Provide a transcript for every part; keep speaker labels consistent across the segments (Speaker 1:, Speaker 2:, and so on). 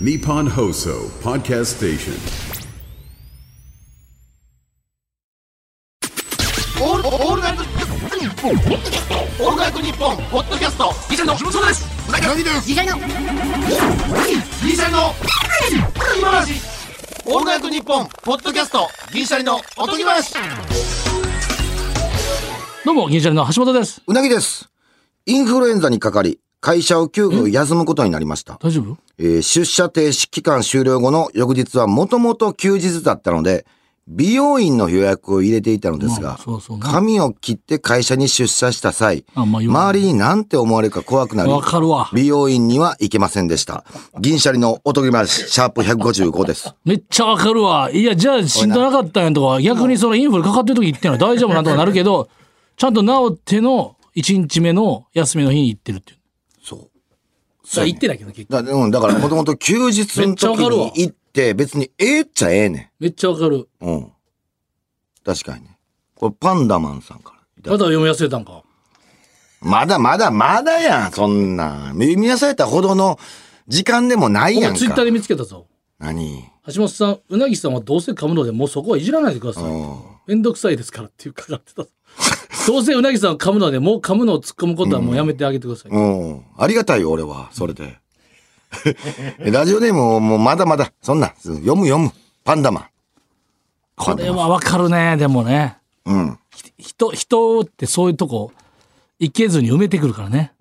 Speaker 1: Nippon Hoso Podcast Station.
Speaker 2: オールオールナイトニッポンオールナイトニッポンポッドキャストギシャリのそうです何ですギシャリのギシャリの今話オールナイトニッポンポッドキャストギシャリのおとぎ話
Speaker 3: どうも、銀シャリの橋本です。
Speaker 4: うなぎです。インフルエンザにかかり、会社を急遽休むことになりました。
Speaker 3: 大丈夫
Speaker 4: えー出社停止期間終了後の翌日はもともと休日だったので、美容院の予約を入れていたのです
Speaker 3: まあ
Speaker 4: が
Speaker 3: そうそう、ね
Speaker 4: 髪を切って会社に出社した際、
Speaker 3: あまあ言わない
Speaker 4: 周りに何て思われるか怖くなり
Speaker 3: わ、かるわ。
Speaker 4: 美容院には行けませんでした。銀シャリのおとぎまシャープ155です。
Speaker 3: めっちゃわかるわ。いや、じゃあしんどなかったんやとか、逆にそのインフルかかってる時行ってんのは大丈夫なんとかなるけど、ちゃんと治っての1日目の休みの日に行ってるっていう。
Speaker 4: そう。
Speaker 3: さあ行ってないけど、結局。
Speaker 4: だ,、うん、だからもともと休日の時に行って、別にええっちゃええねん。
Speaker 3: めっちゃわかる。
Speaker 4: うん。確かにね。これパンダマンさんからいた
Speaker 3: ま
Speaker 4: だ
Speaker 3: だ。読み忘れたんか。
Speaker 4: まだまだまだやん、そんなん。見見なされたほどの時間でもないやんか。
Speaker 3: 僕ツイッターで見つけたぞ。
Speaker 4: 何
Speaker 3: 橋本さん、うなぎさんはどうせ噛むので、もうそこはいじらないでください。めんどくさいですからっていうかかってたぞ。 どうせうなぎさんは噛むので、もう噛むのを突っ込むことはもうやめてあげてください。
Speaker 4: うん。ありがたいよ、俺は。それで。 ラジオネームをもうまだまだ、そんなん。読む読む。パンダマン。
Speaker 3: これはわかるね、でもね。
Speaker 4: うん。
Speaker 3: 人、人ってそういうとこ、行けずに埋めてくるからね。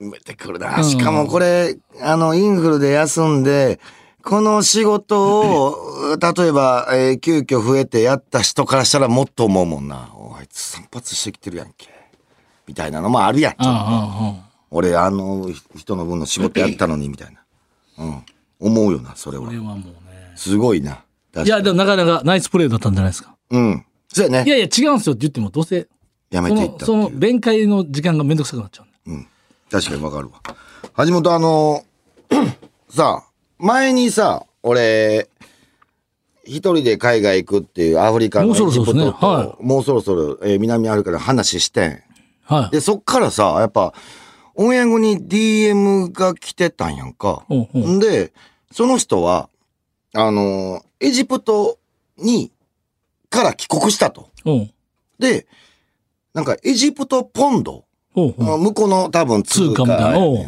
Speaker 4: 埋めてくるな。しかもこれ、あの、インフルで休んで、この仕事を、例えば、えー急遽増えてやった人からしたらもっと思うもんな。おいあいつ散髪してきてるやんけ。みたいなのもあるやん。
Speaker 3: うんうんうん。
Speaker 4: 俺、あのひ人の分の仕事やったのに、みたいな。うん。思うよな、それは
Speaker 3: これ。はもうね。
Speaker 4: すごいな。
Speaker 3: い
Speaker 4: 確か
Speaker 3: や、
Speaker 4: に。
Speaker 3: でもなかなかナイスプレーだったんじゃないですか。
Speaker 4: うん。そうや
Speaker 3: い
Speaker 4: ね。
Speaker 3: やいや、違うんですよって言っても、どうせ、
Speaker 4: やめ
Speaker 3: そ
Speaker 4: ていったっ
Speaker 3: の、
Speaker 4: ていう。
Speaker 3: その、弁解の時間がめんどくさくなっちゃうんで。
Speaker 4: 確かにわかるわ。橋本あの、 さあ、前にさ、俺、一人で海外行くっていうアフリカの
Speaker 3: も
Speaker 4: エ
Speaker 3: う
Speaker 4: ジ
Speaker 3: そろ
Speaker 4: プ
Speaker 3: そ
Speaker 4: ト
Speaker 3: ろで
Speaker 4: と、
Speaker 3: すねは
Speaker 4: もうそろそろ、えー南アフリカの話してん。
Speaker 3: はい。
Speaker 4: で、そっからさ、やっぱ、オンエア後に DM が来てたんやんか。
Speaker 3: ほうほうん
Speaker 4: で、その人は、あの、エジプトに、から帰国したと。
Speaker 3: ほう
Speaker 4: で、なんかエジプトポンド。
Speaker 3: ほうほう。
Speaker 4: 向こうの多分通貨
Speaker 3: 通貨みたいなお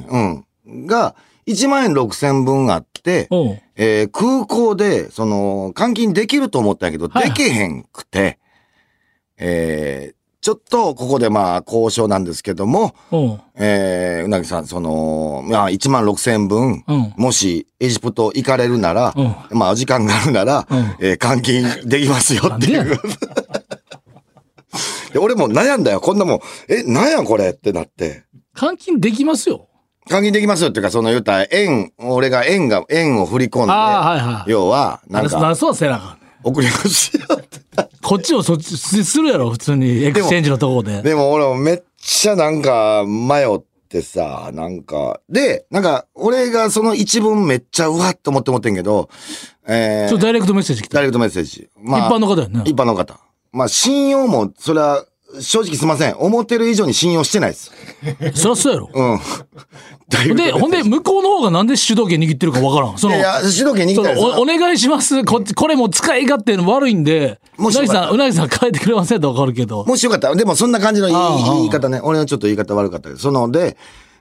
Speaker 4: うん。が、1万円6千分あって、
Speaker 3: ほう
Speaker 4: えー空港で、その、換金できると思ったんやけど、
Speaker 3: はい
Speaker 4: できへんくて、えーちょっと、ここでまあ、交渉なんですけども、
Speaker 3: ほ
Speaker 4: えーうなぎさん、その、まあ、1万6千分、
Speaker 3: う。うん。
Speaker 4: もし、エジプト行かれるなら、
Speaker 3: うん
Speaker 4: まあ、お時間があるなら、
Speaker 3: うん
Speaker 4: えー換金できますよ
Speaker 3: な
Speaker 4: っ
Speaker 3: ん
Speaker 4: て
Speaker 3: で
Speaker 4: い
Speaker 3: や
Speaker 4: う
Speaker 3: ねん。
Speaker 4: で俺も悩んだよ。こんなもん、え、なんやこれってなって。
Speaker 3: 換金できますよ。
Speaker 4: 換金できますよっていうか、その言ったら円、俺が円が、円を振り込んで、
Speaker 3: ああー、はいはい。
Speaker 4: 要は、なん
Speaker 3: な
Speaker 4: か、
Speaker 3: なそうはせなあかんね
Speaker 4: 送りましようって。
Speaker 3: こっちをそっちすするやろ、普通に。エクスチェンジのとこで。
Speaker 4: でも俺もめっちゃなんか迷ってさ、なんか、で、なんか、俺がその一文めっちゃうわっと思って思ってんけど、え
Speaker 3: ちょっと
Speaker 4: ー、
Speaker 3: ダイレクトメッセージ来た。
Speaker 4: ダイレ
Speaker 3: 一
Speaker 4: クトメッセージ。ま
Speaker 3: 般の方やね。
Speaker 4: 一般の方。まあ、信用も、それは、正直すいません。思ってる以上に信用してないです。
Speaker 3: そりゃそうやろ。
Speaker 4: うん。ダイレクトメッセージ
Speaker 3: で、ほんで、向こうの方がなんで主導権握ってるかわからん。そ
Speaker 4: い
Speaker 3: の、
Speaker 4: やいや、主導権握
Speaker 3: そ
Speaker 4: った
Speaker 3: の
Speaker 4: やつ
Speaker 3: おお願いします。こっち、これもう使い勝手の悪いんで、
Speaker 4: も
Speaker 3: う
Speaker 4: し
Speaker 3: なぎ
Speaker 4: よかっ
Speaker 3: さ
Speaker 4: た
Speaker 3: ん、うなぎさん変えてくれませんとわかるけど。
Speaker 4: もしよかったら、でもそんな感じの言
Speaker 3: あ
Speaker 4: い
Speaker 3: あ
Speaker 4: 言い方ね。俺のちょっと言い方悪かったけど。そので、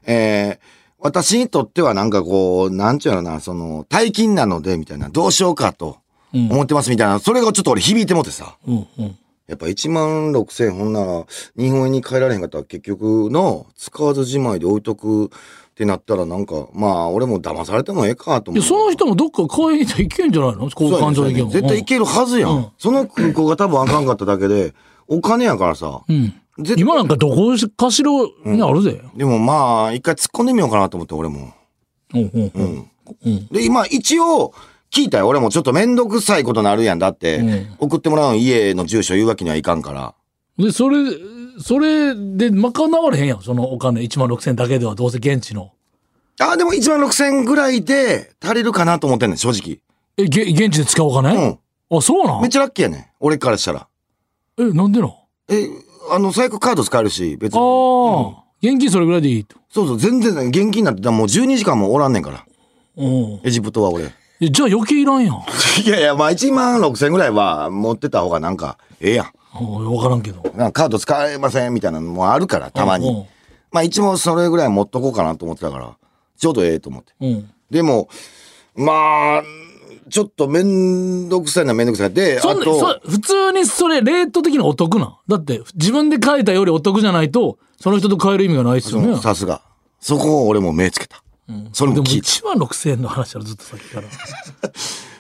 Speaker 4: えー私にとってはなんかこう、なんちゅうのな、その、大金なので、みたいな、どうしようかと、思ってますみたいな、それがちょっと俺響いてもってさ。
Speaker 3: うんうん。
Speaker 4: やっぱ1万6千ほんなら、日本円に変えられへんかったら結局の、使わずじまいで置いとくってなったらなんか、まあ、俺も騙されてもええかと
Speaker 3: い
Speaker 4: 思
Speaker 3: や、
Speaker 4: う。
Speaker 3: その人もどっかこういう人いけんじゃないのこういう感情でいけんの
Speaker 4: 絶対いけるはずやん。
Speaker 3: うん
Speaker 4: その空港が多分あかんかっただけで、お金やからさ。
Speaker 3: うん。
Speaker 4: 絶対
Speaker 3: 今なんかどこかしらにあるぜ。
Speaker 4: でもまあ、一回突っ込んでみようかなと思って、俺も。
Speaker 3: うんうんうん。
Speaker 4: で、今、一応、聞いたよ。俺もちょっとめんどくさいことなるやん。だって、
Speaker 3: うん
Speaker 4: 送ってもらう家の住所言うわけにはいかんから。
Speaker 3: で、それ、それで賄われへんやん。そのお金1万6千だけではどうせ現地の。
Speaker 4: ああ、でも1万6千ぐらいで足りるかなと思ってんねん、正直。
Speaker 3: え、げ現地で使うお金、あ、そうな
Speaker 4: めっ
Speaker 3: ん
Speaker 4: ちゃラッキーやねん。俺からしたら。
Speaker 3: え、なんでなんあ
Speaker 4: え、あの、最悪カード使えるし、別
Speaker 3: あ
Speaker 4: に。
Speaker 3: ー、現金それぐらいでいいと。
Speaker 4: そうそう、全然、現金なんて、だからもう12時間もおらんねんから。
Speaker 3: うん。
Speaker 4: エジプトは俺。
Speaker 3: えじゃあ余計いらんやん。
Speaker 4: いやいや、まあ1万6千ぐらいは持ってた方がなんか、ええやん。
Speaker 3: おいわからんけど。
Speaker 4: なんかカード使えませんみたいなのもあるから、たま
Speaker 3: うん
Speaker 4: に。まあ一応それぐらい持っとこうかなと思ってたから、ちょうどええと思って。
Speaker 3: うん。うん。
Speaker 4: でも、まあ、ちょっとめんどくさいなめんどくさい。で、あ
Speaker 3: そんな、そ
Speaker 4: と、
Speaker 3: 普通にそれ、レート的にお得なん。だって、自分で買えたよりお得じゃないと、その人と買える意味がないですよね。
Speaker 4: さすが。そこを俺も目つけた。それ
Speaker 3: で
Speaker 4: も
Speaker 3: も
Speaker 4: 聞いた。
Speaker 3: 1万6000円の話はずっとさっきから。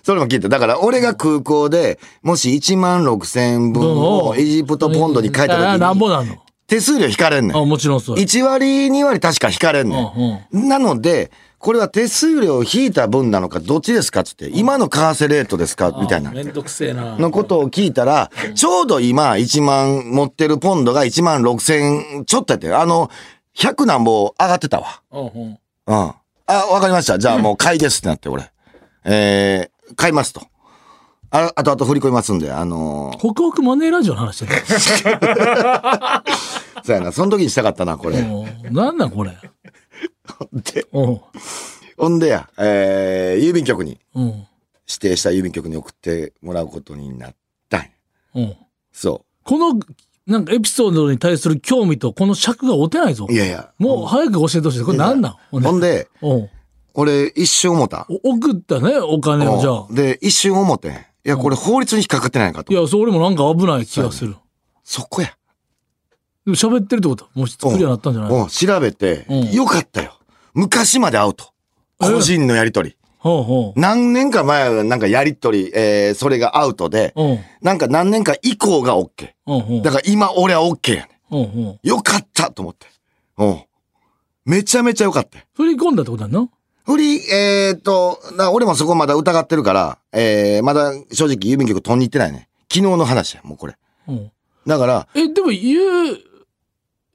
Speaker 4: それも聞いた。だから俺が空港で、もし1万6千分をエジプトポンドに変え
Speaker 3: あ
Speaker 4: た
Speaker 3: な
Speaker 4: 時
Speaker 3: んぼ
Speaker 4: に、
Speaker 3: なの。
Speaker 4: 手数料引かれんねん
Speaker 3: あ、。もちろんそうや。
Speaker 4: 1割2割確か引かれんねん。なので、これは手数料を引いた分なのか、どっちですかっつって、今の為替レートですかみたいな。
Speaker 3: めんどくせえな。
Speaker 4: のことを聞いたら、ちょうど今1万持ってるポンドが1万6千ちょっとやってるあの、100なんぼ上がってたわ。
Speaker 3: うんうん。
Speaker 4: うん。あ、わかりました。じゃあもう買いですってなって、俺。えー、買いますと。あ、あとあと振り込みますんで、あの
Speaker 3: ホクホクマネーラジオの話してる。
Speaker 4: ー、そうやな、その時にしたかったな、これ。
Speaker 3: うんなんなんこれ。
Speaker 4: で、
Speaker 3: うん。
Speaker 4: ほんでや、えー、郵便局に。
Speaker 3: うん。
Speaker 4: 指定した郵便局に送ってもらうことになったんや
Speaker 3: うん。
Speaker 4: そ
Speaker 3: この、なんかエピソードに対する興味と、この尺が合てないぞ
Speaker 4: う。い。やいや
Speaker 3: もう早く教えてほしい。これなんなんほ
Speaker 4: ほん
Speaker 3: で、
Speaker 4: で
Speaker 3: うん
Speaker 4: 俺一瞬思った
Speaker 3: お送ったね、お金をじゃあ
Speaker 4: うん。で一瞬思ってんいやこれ法律に引っかかってないか
Speaker 3: い
Speaker 4: と
Speaker 3: や、それもなんか危ない気がする。
Speaker 4: そこや
Speaker 3: でも喋ってるってことはもう作りはなったんじゃないほう
Speaker 4: うん調べて
Speaker 3: うん
Speaker 4: よかったよ昔まで会うと
Speaker 3: え
Speaker 4: 個人のやりとり
Speaker 3: ほ
Speaker 4: 何年か前はなんかやりとりえーそれがアウトで
Speaker 3: う。うん。うん
Speaker 4: なんか何年か以降が OK
Speaker 3: うん。
Speaker 4: だから今俺は OK やね
Speaker 3: うんうん。
Speaker 4: んよかったと思ってうんめちゃめちゃよかったよ
Speaker 3: 振り込んだってことやんな。
Speaker 4: 振り、えー、っと、な俺もそこまだ疑ってるから、えー、まだ正直郵便局飛んに行ってないね。昨日の話や、もうこれ。
Speaker 3: うん。
Speaker 4: だから、
Speaker 3: え、でも言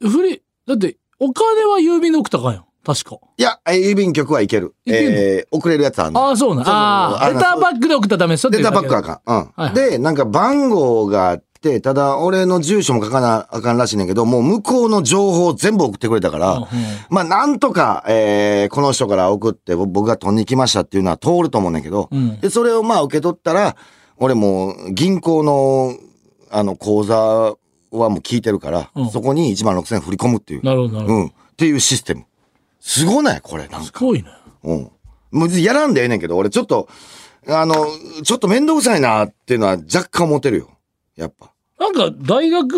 Speaker 3: う、振り、だって、お金は郵便で送ったらあかんやん。確か。
Speaker 4: いや、えー郵便局はいける。
Speaker 3: いけんの
Speaker 4: えー、遅れるやつあんの。
Speaker 3: ああ、そうなん。
Speaker 4: そうそう
Speaker 3: あ
Speaker 4: あ
Speaker 3: あ、
Speaker 4: の
Speaker 3: レターバックで送ったらダメですよって
Speaker 4: で、
Speaker 3: い
Speaker 4: ダ
Speaker 3: うだ
Speaker 4: バ
Speaker 3: け
Speaker 4: ックあかん。うん。
Speaker 3: はいはい
Speaker 4: で、なんか番号があって、ただ俺の住所も書かなあかんらしいねんけど、もう向こうの情報を全部送ってくれたから、
Speaker 3: うんうん
Speaker 4: まあなんとか、えー、この人から送ってぼ僕が取りに来ましたっていうのは通ると思うねんだけど、
Speaker 3: うん
Speaker 4: で、それをまあ受け取ったら、俺もう銀行の、あの、口座はもう聞いてるから、
Speaker 3: うん
Speaker 4: そこに1万6000振り込むっていう。
Speaker 3: なるほど、なるほ
Speaker 4: う
Speaker 3: ど。
Speaker 4: ん。っていうシステム。すごないこれ、なん
Speaker 3: す
Speaker 4: か。
Speaker 3: ごいね。
Speaker 4: うん。もうやらんでええねんけど、俺ちょっと、あの、ちょっと面倒くさいなっていうのは若干思ってるよ。やっぱ。
Speaker 3: なんか、大学、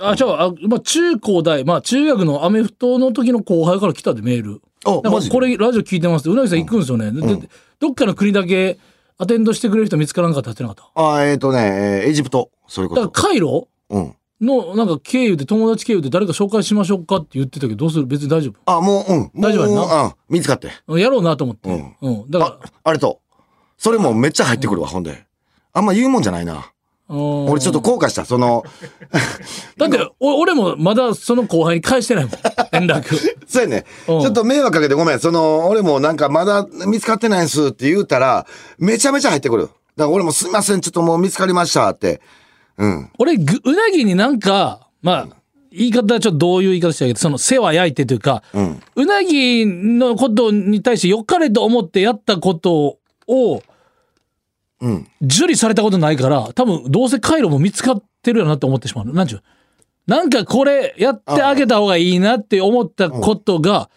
Speaker 3: あ、じゃあ、まあ、中高大、まあ、中学のアメフトの時の後輩から来たで、メール。
Speaker 4: あ、マ
Speaker 3: なんか、
Speaker 4: ジ
Speaker 3: これ、ラジオ聞いてますって、うなぎさん行くんですよね。ででどっかの国だけ、アテンドしてくれる人見つからんかったってなかっ
Speaker 4: あ、えっ、とね、えーエジプト。それこ
Speaker 3: た。だ
Speaker 4: そ。
Speaker 3: から、カイロ
Speaker 4: うん。
Speaker 3: の、なんか、経由で、友達経由で誰か紹介しましょうかって言ってたけど、どうする別に大丈
Speaker 4: あ、もう、うん。
Speaker 3: 大丈夫やんな
Speaker 4: もううん。見つかって。
Speaker 3: 夫。やろうなと思って。
Speaker 4: うん
Speaker 3: うん。だから
Speaker 4: あ、、あれと。それもめっちゃ入ってくるわ、ほんで。あんま言うもんじゃないな。
Speaker 3: 俺
Speaker 4: 俺ちょっと、後悔した。そ の、
Speaker 3: だって、お俺もまだその後輩に返してないもん。連絡。
Speaker 4: そうやね。ち
Speaker 3: うん
Speaker 4: ょっと迷惑かけてごめん。その、俺もなんかまだ見つかってないんすって言うたら、めちゃめちゃ入ってくる。だから俺もすいません、ちょっともう見つかりましたって。うん。
Speaker 3: 俺、ぐうなぎになんか、まあ、言い方はちょっとどういう言い方したらいいけど、その世話焼いてというか、うなぎのことに対して良かれと思ってやったことを、
Speaker 4: うん。
Speaker 3: 受理されたことないから、多分どうせ回路も見つかってるよなって思ってしまうの。なんちゅう。なんかこれやってあげた方がいいなって思ったことが、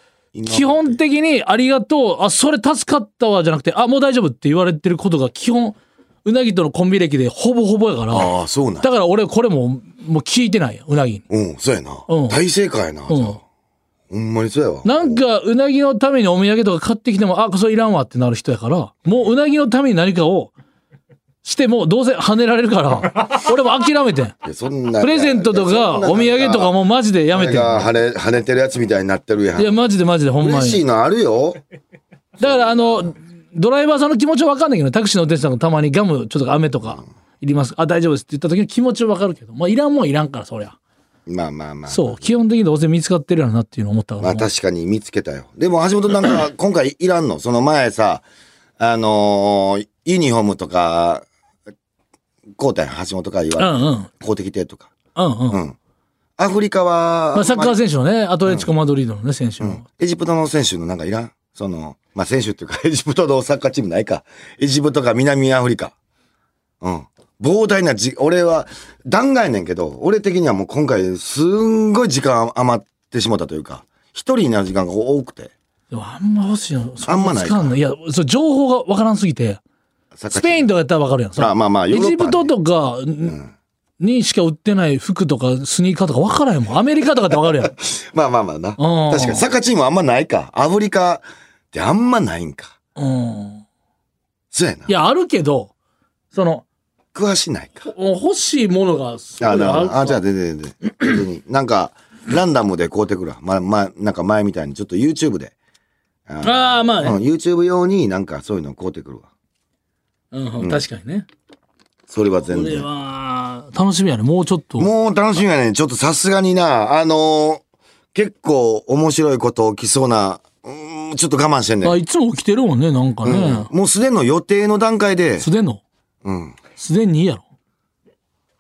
Speaker 3: 基本的にありがとう、あ、それ助かったわじゃなくて、あ、もう大丈夫って言われてることが基本、うなぎとのコンビ歴でほぼほぼやから、
Speaker 4: ああ、そうなん
Speaker 3: だ
Speaker 4: や。
Speaker 3: から俺これも、もう聞いてないよ、うなぎに。
Speaker 4: うん、そうやな。
Speaker 3: うん
Speaker 4: 大正解やな。じゃあ
Speaker 3: うん
Speaker 4: ほんまにそうやわ。
Speaker 3: なんか、うなぎのためにお土産とか買ってきても、あ、それいらんわってなる人やから、もううなぎのために何かをしても、どうせ跳ねられるから、 俺も諦めてん。
Speaker 4: いやそんな
Speaker 3: プレゼントと
Speaker 4: いや
Speaker 3: か
Speaker 4: そ
Speaker 3: お
Speaker 4: んななん
Speaker 3: 土産とかもうマジでやめて
Speaker 4: 俺
Speaker 3: る
Speaker 4: が跳ね、跳ねてるやつみたいになってるや
Speaker 3: いや
Speaker 4: ん。
Speaker 3: マジでマジでほんま
Speaker 4: 嬉しい
Speaker 3: に
Speaker 4: のあるよ。
Speaker 3: だからあのドライバーさんの気持ちは分かんないけどタクシーの運転手さんがたまにガムちょっと飴とかいりますあ大丈夫ですって言った時の気持ちは分かるけどまあいらんもんいらんからそりゃ
Speaker 4: まあまあまあ。
Speaker 3: そう基本的にどうせ見つかってるやろなっていうのを思ったか
Speaker 4: ま
Speaker 3: ら
Speaker 4: あ確かに見つけたよ。でも橋本なんか今回いらんのその前さ、あのーユニフォームとか、こうたやん橋本から言われて、
Speaker 3: うんうん
Speaker 4: こうてきてとか。
Speaker 3: うんうん、
Speaker 4: うん。アフリカは、
Speaker 3: まあ、サッカ
Speaker 4: ま
Speaker 3: ー選手のねアトレチコ・マドリードのね選手の、
Speaker 4: あエジプトの選手のなんかいらんその、まあ、選手っていうか、 エジプトのサッカーチームないか。エジプトか南アフリカ。うん。膨大なじ、俺は、弾劾やねんけど、俺的にはもう今回、すんごい時間余ってしもたというか、一人になる時間が多くて。
Speaker 3: でもあんま欲しいの。そ
Speaker 4: あんまない
Speaker 3: つかんの。いや、そう情報がわからんすぎて。
Speaker 4: サッカーチーム
Speaker 3: スペインとかやったらわかるやん。その
Speaker 4: まあまあまあヨ
Speaker 3: エ
Speaker 4: ーロッパね
Speaker 3: ジプトとかにしか売ってない服とかスニーカーとかわからへんもん。アメリカとかってわかるやん。
Speaker 4: まあまあまあな。
Speaker 3: うん
Speaker 4: 確かに、サッカーチームはあんまないか。アフリカってあんまないんか。
Speaker 3: うん。
Speaker 4: そうやな。
Speaker 3: いや、あるけど、その、
Speaker 4: 詳しないか。
Speaker 3: お欲しいものがすごい
Speaker 4: あ、
Speaker 3: ある
Speaker 4: なるほど。あ、じゃ
Speaker 3: か
Speaker 4: あ、全然全然。別になんか、ランダムで買うてくるわ。まあ、まあ、なんか前みたいにちょっと YouTube で。あ
Speaker 3: ら。あーまあ
Speaker 4: うん、
Speaker 3: ね、
Speaker 4: YouTube 用になんかそういうの買うてくるわ。
Speaker 3: うんうん確かにね。
Speaker 4: それは全
Speaker 3: これ
Speaker 4: 然。
Speaker 3: は、楽しみやね。もうちょっと。
Speaker 4: もう楽しみやね。ちょっとさすがにな、あのー結構面白いこと起きそうな、うーん、ちょっと我慢してんねん
Speaker 3: あいつも起きてるもんね、なんかね。、
Speaker 4: もうすでの予定の段階です
Speaker 3: での。
Speaker 4: うん。
Speaker 3: すでにいいやろ。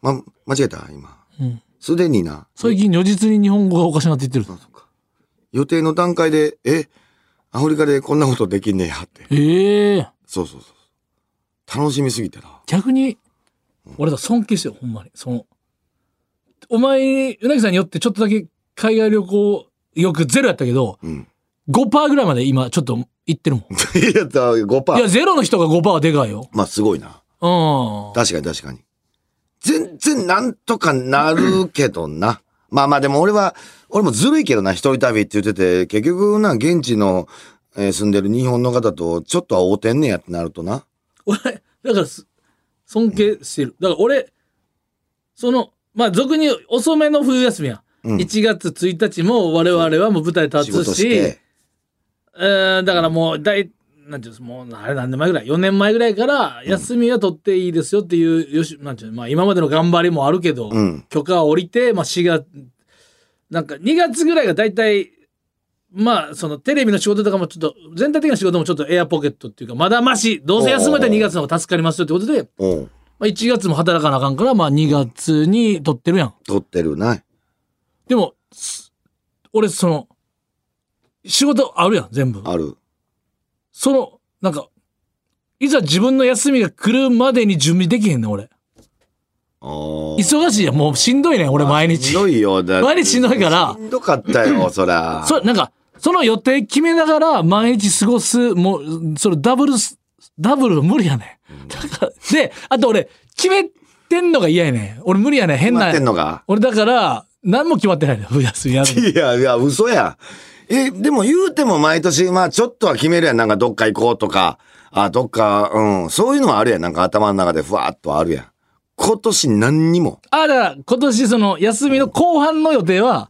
Speaker 4: ま、間違えた今。すでにな、
Speaker 3: 最近如実に日本語がおかしなっていってる。
Speaker 4: 予定の段階で、え、アフリカでこんなことできんねやって。
Speaker 3: ええー。
Speaker 4: そうそうそう。楽しみすぎてな。
Speaker 3: 逆に、俺ら尊敬してよ、ほんまに。その、お前に、うなぎさんによってちょっとだけ海外旅行、よくゼロやったけど、
Speaker 4: うん。
Speaker 3: 5%ぐらいまで今ちょっと行ってるもん。
Speaker 4: いや、だ5%。
Speaker 3: いや、ゼロの人が5%はでかいよ。
Speaker 4: まあ、すごいな。
Speaker 3: うん。
Speaker 4: 確かに確かに。全然なんとかなるけどな。まあまあでも俺は、俺もずるいけどな、一人旅って言ってて、結局な、現地の、えー住んでる日本の方とちょっとは会うてんねやってなるとな。
Speaker 3: 俺、だからす、尊敬してる。だから俺、その、まあ、俗に言う遅めの冬休みや。ん、1月1日も我々はもう舞台立
Speaker 4: 仕
Speaker 3: つ
Speaker 4: 事
Speaker 3: し、
Speaker 4: して。
Speaker 3: うん、だからもう大、なんていうんですもう、あれ何年前ぐらい ?4 年前ぐらいから、休みは取っていいですよっていう、よし、なんていうのまあ今までの頑張りもあるけど、
Speaker 4: うん
Speaker 3: 許可は降りて、まあ4月、なんか2月ぐらいが大体、まあそのテレビの仕事とかもちょっと、全体的な仕事もちょっとエアポケットっていうか、まだまし、どうせ休めたら2月の方が助かりますよってことで、
Speaker 4: おう
Speaker 3: まあ1月も働かなあかんから、まあ2月に取ってるやん。
Speaker 4: 撮ってるな。
Speaker 3: でも、す俺その、仕事あるやん、全部。
Speaker 4: ある。
Speaker 3: その、なんか、いざ自分の休みが来るまでに準備できへんねん、俺。
Speaker 4: あー
Speaker 3: 忙しいやん。もうしんどいねん、俺、毎
Speaker 4: し
Speaker 3: 日
Speaker 4: ん。どいよ。だって
Speaker 3: 毎日しんど いから
Speaker 4: しんどかったよ、 そら。
Speaker 3: それ、なんか、その予定決めながら、毎日過ごす、もう、それ、ダブルス、ダブルは無理やねん。だから、で、あと俺、決めてんのが嫌やねん。俺無理やねん、変
Speaker 4: な
Speaker 3: な
Speaker 4: って。んのか
Speaker 3: 俺だから、何も決まってないねん、冬休みやる の。
Speaker 4: いやいや、嘘や。え、でも言うても毎年、まあちょっとは決めるやん。なんかどっか行こうとか、あ、どっか、うん。そういうのはあるやん。なんか頭の中でふわっとあるやん。今年何にも。
Speaker 3: あ、だから、今年、その、休みの後半の予定は、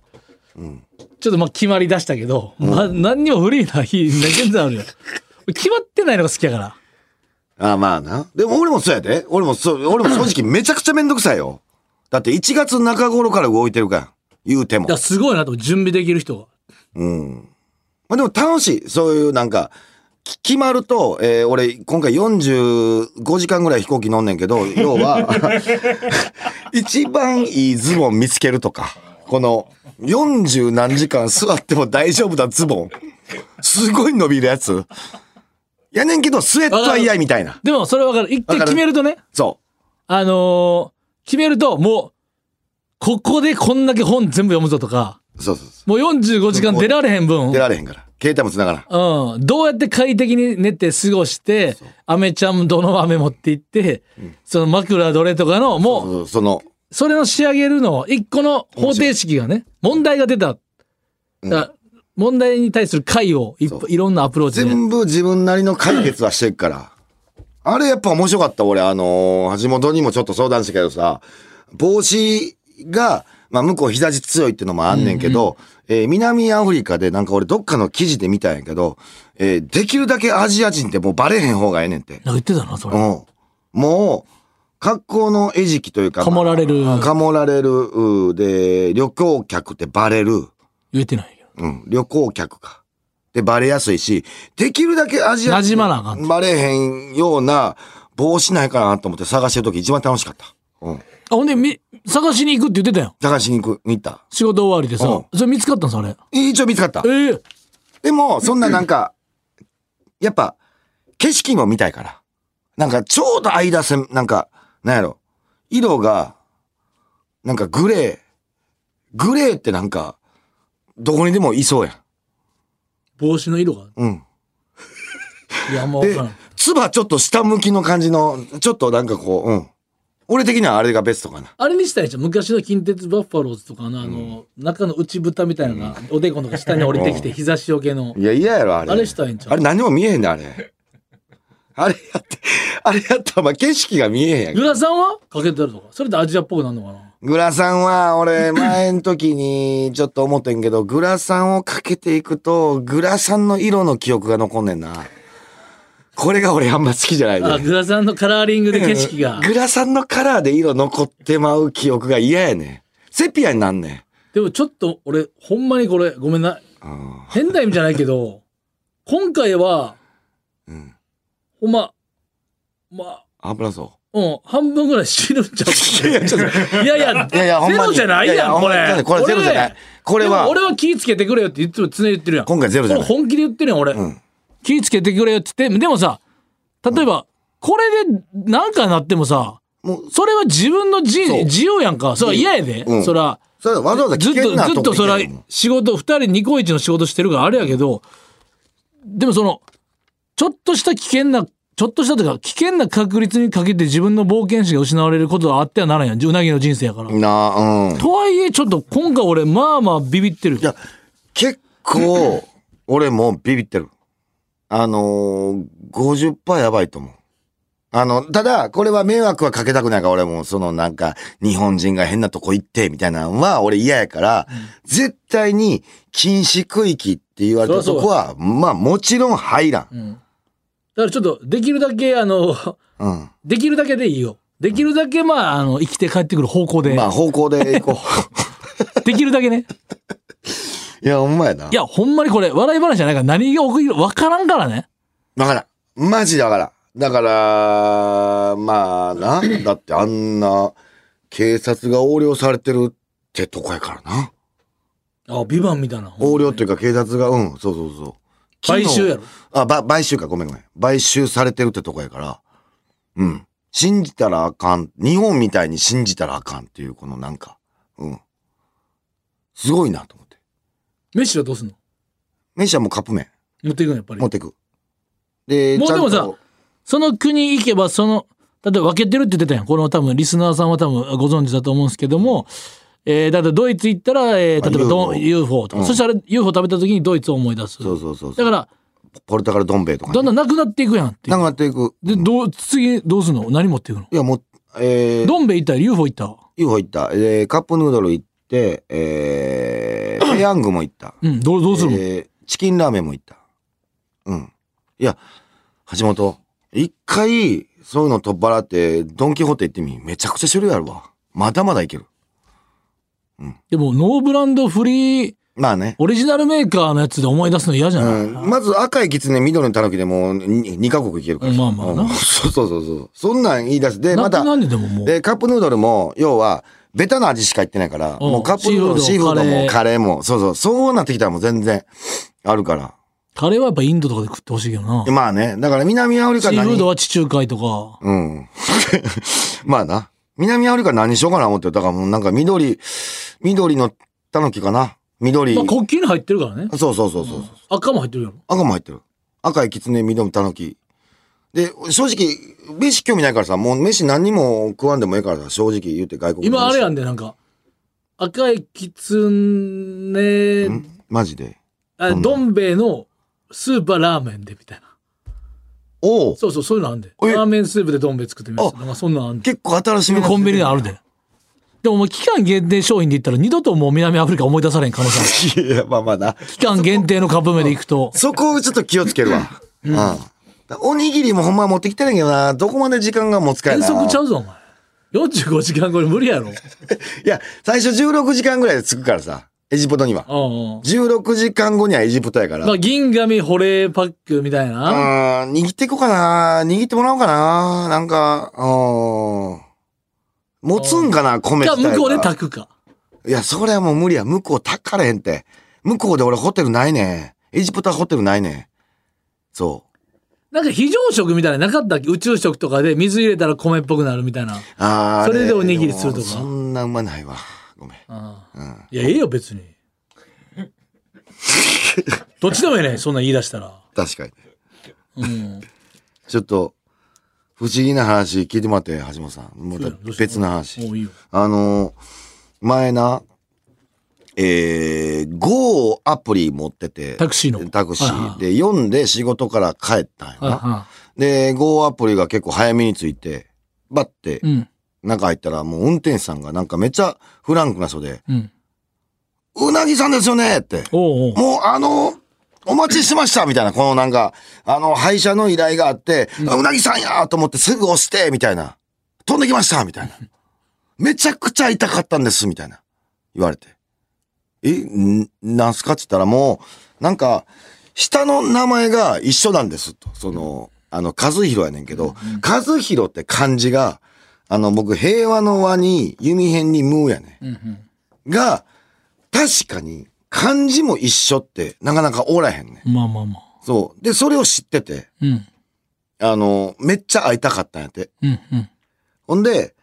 Speaker 3: ちょっとまあ決まり出したけど、まあ、何にもフリーな日、全然あるよ。決まってないのが好きやから。
Speaker 4: あまあな。でも俺もそうやで。俺もそう、俺も正直めちゃくちゃめんどくさいよ。だって1月中頃から動いてるから。言うても
Speaker 3: だか。らすごいなと思う準備できる人が。
Speaker 4: うん。まあでも楽しい。そういうなんか、き決まると、えー俺、今回45時間ぐらい飛行機乗んねんけど、要は、 一番いいズボン見つけるとか、この、40何時間座っても大丈夫なズボン。すごい伸びるやつ。やねんけど、スウェットは嫌いみたいな。
Speaker 3: でもそれわかる。一回
Speaker 4: わかる
Speaker 3: 決めるとね、
Speaker 4: そ
Speaker 3: あのー決めるともう、ここでこんだけ本全部読むぞとか、
Speaker 4: う。そうそうそ
Speaker 3: もう45時間出られへん分、
Speaker 4: う。出られへんから。携帯も繋がらん。
Speaker 3: うん、どうやって快適に寝て過ごして、アメちゃんどのアメ持って行って、その枕どれとかの、もう、
Speaker 4: そうその、
Speaker 3: それの仕上げるの、一個の方程式がね、問題が出た。だから問題に対する解をいっぱい
Speaker 4: そう
Speaker 3: いろんなアプローチで。
Speaker 4: 全部自分なりの解決はしていくから。あれやっぱ面白かった、俺。あのー橋本にもちょっと相談したけどさ、帽子が、まあ、向こう日差し強いってのもあんねんけど、えー南アフリカでなんか俺どっかの記事で見たんやけど、えーできるだけアジア人ってもうバレへん方がええねんって。
Speaker 3: なんか言ってたな、それ。
Speaker 4: うん。もう、格好の餌食というか。
Speaker 3: かもられる
Speaker 4: まあかもられる。うで、旅行客ってバレる。
Speaker 3: 言えてないけど。
Speaker 4: うん、旅行客か。で、バレやすいし、できるだけアジア
Speaker 3: 馴染まなあかん
Speaker 4: バレへんような帽子ないかなと思って探してる時一番楽しかった。うん。
Speaker 3: あ、ほんで、み、探しに行くって言ってたよ。
Speaker 4: 探しに行く、見た。
Speaker 3: 仕事終わりでさ。
Speaker 4: う
Speaker 3: それ見つかったんす、あれ。
Speaker 4: 一応見つかった。
Speaker 3: ええ
Speaker 4: でも、そんななんか、やっぱ、景色も見たいから。なんか、ちょうど間せん、なんか、なんやろ。色が、なんかグレー。グレーってなんか、どこにでもいそうやん。
Speaker 3: 帽子の色が。
Speaker 4: うん。
Speaker 3: いや、もう
Speaker 4: で
Speaker 3: 分からん。、
Speaker 4: つばちょっと下向きの感じの、ちょっとなんかこう、うん。俺的にはあれがベストかな。
Speaker 3: あれにしたいじゃん。昔の近鉄バッファローズとかの、あの、中の内蓋みたいなのが、おでこのが下に降りてきて、日差しよけの。
Speaker 4: いや、嫌やろ、あれ。
Speaker 3: あれしたいんちゃう
Speaker 4: あれ何も見えへんねんあれ。 あれやって、あれやったら、まあ、景色が見えへんやん。
Speaker 3: グラさんはかけてるとか。それでアジアっぽくなるのかな
Speaker 4: グラサンは、俺、前の時に、ちょっと思ってんけど、グラサンをかけていくと、グラサンの色の記憶が残んねんな。これが俺あんま好きじゃない
Speaker 3: あ、
Speaker 4: ね。
Speaker 3: グラさんのカラーリングで景色が。
Speaker 4: グラサンのカラーで色残ってまう記憶が嫌やねん。セピアになんね
Speaker 3: でもちょっと俺、ほんまにこれ、ごめんな。
Speaker 4: ん。うん。
Speaker 3: 変な意味じゃないけど、今回は、
Speaker 4: うん。
Speaker 3: ほんま、まあ、
Speaker 4: 油そ
Speaker 3: うん、半分ぐらい死ぬんちゃう
Speaker 4: う。いや、ちょっと。
Speaker 3: いやいや、
Speaker 4: いやいや、ほん
Speaker 3: ゼ
Speaker 4: ま
Speaker 3: ロ
Speaker 4: に。
Speaker 3: じゃないやん、
Speaker 4: ほ
Speaker 3: こ
Speaker 4: まに
Speaker 3: れ。
Speaker 4: これゼロじゃない
Speaker 3: 俺。
Speaker 4: これは
Speaker 3: でも、俺は気ぃつけてくれよっていつも常に言ってるやん。
Speaker 4: 今回ゼロじゃない
Speaker 3: これ本気で言ってるやん、俺。
Speaker 4: うん
Speaker 3: 気ぃつけてくれよって言って、でもさ、例えば、これでなんかなってもさ、
Speaker 4: もう、
Speaker 3: それは自分の自
Speaker 4: そう
Speaker 3: 自由やんか。それは嫌やで。
Speaker 4: うん
Speaker 3: そら、
Speaker 4: それわざわざ危
Speaker 3: ずっ
Speaker 4: 険
Speaker 3: と、
Speaker 4: な
Speaker 3: ずっと
Speaker 4: こ
Speaker 3: そ
Speaker 4: 行
Speaker 3: ら
Speaker 4: けんもん、
Speaker 3: 仕事、二人ニコイチの仕事してるからあれやけど、でもその、ちょっとした危険な、ちょっとしたというか、危険な確率にかけて自分の冒険心が失われることはあってはならんやん。うなぎの人生やから。
Speaker 4: なあ、うん。
Speaker 3: とはいえ、ちょっと今回俺、まあまあビビってる。
Speaker 4: いや、結構、俺もビビってる。あのー、50%やばいと思う。あの、ただ、これは迷惑はかけたくないから、俺も、そのなんか、日本人が変なとこ行って、みたいなのは、俺嫌やから、絶対に禁止区域って言われた
Speaker 3: そ
Speaker 4: と
Speaker 3: りゃ
Speaker 4: こ
Speaker 3: そう
Speaker 4: は、まあ、もちろん入らん。
Speaker 3: うん。だからちょっと、できるだけ、あの、
Speaker 4: うん。
Speaker 3: できるだけでいいよ。できるだけ、まあ、あの、生きて帰ってくる方向で。
Speaker 4: まあ、方向で行こ
Speaker 3: できるだけね。
Speaker 4: う。いや、ほんまやな。
Speaker 3: いや、ほんまにこれ、笑い話じゃないから、何が起きるわからんからね。
Speaker 4: わからん。マジだからん。だから、まあな。だってあんな警察が横領されてるってとこやからな。
Speaker 3: あ、ビバンみたいな。
Speaker 4: 横領っていうか警察が、うん、そうそうそう。
Speaker 3: 買収やろ。
Speaker 4: あ、ば、買収か、ごめんごめん。買収されてるってとこやから。うん。信じたらあかん。日本みたいに信じたらあかんっていう、このなんか。うん。すごいなと思って。
Speaker 3: メッシはどうすんの
Speaker 4: メシはもうカップ麺
Speaker 3: 持っていくの、やっぱり
Speaker 4: 持っ。てく。で、
Speaker 3: もうでもさ
Speaker 4: ちゃんと
Speaker 3: その国行けば、その、例えば分けてるって言ってたやん。この多分、リスナーさんは多分ご存知だと思うんですけども、えー、だってドイツ行ったら、えー、
Speaker 4: まあ
Speaker 3: 例えばド
Speaker 4: UFO
Speaker 3: ン UFO とか、
Speaker 4: うん
Speaker 3: そしたら UFO 食べた時にドイツを思い出す。
Speaker 4: そうそうそうそ
Speaker 3: だ
Speaker 4: う。
Speaker 3: から、
Speaker 4: ポルタカルどん兵衛とかね、
Speaker 3: だんだんなくなっていくやんってい
Speaker 4: な
Speaker 3: う
Speaker 4: くなっていく。
Speaker 3: で、どう、次、どうすんの何持っていくの
Speaker 4: いや、もう、えー、
Speaker 3: どん兵衛行ったら UFO 行った。
Speaker 4: UFO 行った。えー、カップヌードル行って、え ー、ペヤングも行った。
Speaker 3: うん、どう、どうするの、
Speaker 4: えーチキンラーメンも行った。うん。いや、橋本、一回、そういうの取っ払って、ドンキホーテ行ってみ。めちゃくちゃ種類あるわ。まだまだいける。
Speaker 3: でも、ノーブランドフリー、
Speaker 4: まあね。
Speaker 3: オリジナルメーカーのやつで思い出すの嫌じゃ
Speaker 4: う
Speaker 3: ない、
Speaker 4: ん、まず赤いキツネ、緑のタヌキでもうに2カ国いけるから。
Speaker 3: まあまあな
Speaker 4: うんそうそうそうそう。そんなん言い出す。で、ま
Speaker 3: な
Speaker 4: た
Speaker 3: く、なんででももう。
Speaker 4: で、カップヌードルも、要は、ベタな味しか言ってないから、
Speaker 3: うん
Speaker 4: もうカップヌードル、
Speaker 3: シ
Speaker 4: シ
Speaker 3: ー
Speaker 4: ー
Speaker 3: フ
Speaker 4: フ
Speaker 3: ー
Speaker 4: ー
Speaker 3: ド
Speaker 4: ドも
Speaker 3: カ
Speaker 4: カレーも、そうそう、そうなってきたらもう全然、あるから。
Speaker 3: カレーはやっぱインドとかで食ってほしいけどな。
Speaker 4: まあね、だから南アフリ
Speaker 3: シ
Speaker 4: カ
Speaker 3: ーフード
Speaker 4: 何
Speaker 3: は地中海とか。
Speaker 4: うん。 まあな。南アフリカ何しようかな思ってる。だからもうなんか緑、緑のタヌキかな。緑。
Speaker 3: まあ、国旗に入ってるからね。
Speaker 4: そうそうそうそうそう。
Speaker 3: 赤も入ってるやろ。
Speaker 4: 赤も入ってる。赤いキツネ、緑のタヌキ。で、正直、飯興味ないからさ、もう飯何にも食わんでもええからさ、正直言って外国の飯
Speaker 3: 今あれやんで、なんか、赤いキツネ、
Speaker 4: んマジで。
Speaker 3: あどん兵衛のスーパーラーメンでみたいな。
Speaker 4: おう
Speaker 3: そうそう、そういうのあんで。
Speaker 4: え
Speaker 3: ラーメンスープでどん兵衛作ってみました。
Speaker 4: あ
Speaker 3: なんかそんなんあんで。
Speaker 4: 結構新しめな
Speaker 3: コンビニであるで。でもお前期間限定商品で言ったら二度ともう南アフリカ思い出されん可能 性ある。
Speaker 4: いや、まあまあな。
Speaker 3: 期間限定のカップ麺で行くと。
Speaker 4: そこをちょっと気をつけるわ。うん。おにぎりもほんまは持ってきてないけどな、どこまで時間が持つかや
Speaker 3: 変
Speaker 4: な。
Speaker 3: 則ちゃうぞ、お前。45時間後に無理 やろ。うん
Speaker 4: いや、最初16時間ぐらいで着くからさ、エジプトには。
Speaker 3: うん。
Speaker 4: 16時間後にはエジプトやから。
Speaker 3: まあ、銀紙保冷パックみたいな。
Speaker 4: うーん、握っていこうかな。握ってもらおうかな。なんか、うーん。持つんかな、米
Speaker 3: か、
Speaker 4: 自体が
Speaker 3: 向こうで炊くか。
Speaker 4: いや、それはもう無理や。向こう炊かれへんって。向こうで俺ホテルないねん。エジプトはホテルないねん。そう。
Speaker 3: なんか非常食みたいなのなかったっけ宇宙食とかで水入れたら米っぽくなるみたいな。
Speaker 4: あーあ
Speaker 3: それでおにぎりするとか
Speaker 4: でもそんなうまないわごめん
Speaker 3: いや、ええよ、別に。 どっちでもええねんそんなん言い出したら。
Speaker 4: 確かに、 ちょっと不思議な話聞いてもらって橋本さんもうだ
Speaker 3: どうした
Speaker 4: 別の話
Speaker 3: もういいよ。
Speaker 4: あの前なえー、GO アプリ持ってて
Speaker 3: タクシーの
Speaker 4: タクシ
Speaker 3: はいは
Speaker 4: ー
Speaker 3: い
Speaker 4: で読んで仕事から帰ったんやな、
Speaker 3: あ
Speaker 4: で GO アプリが結構早めについてバッて
Speaker 3: うん。
Speaker 4: 中入ったらもう運転手さんがなんかめっちゃフランクな人で
Speaker 3: うん。
Speaker 4: 「うなぎさんですよね!」って
Speaker 3: おうおう。
Speaker 4: もうあの、お待ちしてましたみたいな、このなんか、あの、配車の依頼があって、あうなぎさんやと思ってすぐ押して、みたいな。飛んできましたみたいな。めちゃくちゃ痛かったんです、みたいな。言われて。え、んなんすかって言ったらもう、なんか、下の名前が一緒なんです、と。その、あの、和弘やねんけど、和弘って漢字が、あの、僕、平和の和に、弓辺に無やねん。が、確かに漢字も一緒ってなかなかおらへんね。
Speaker 3: まあまあまあ。
Speaker 4: そう。で、それを知ってて、
Speaker 3: うん。
Speaker 4: あの、めっちゃ会いたかったんやって。
Speaker 3: うん。うん。
Speaker 4: ほんで、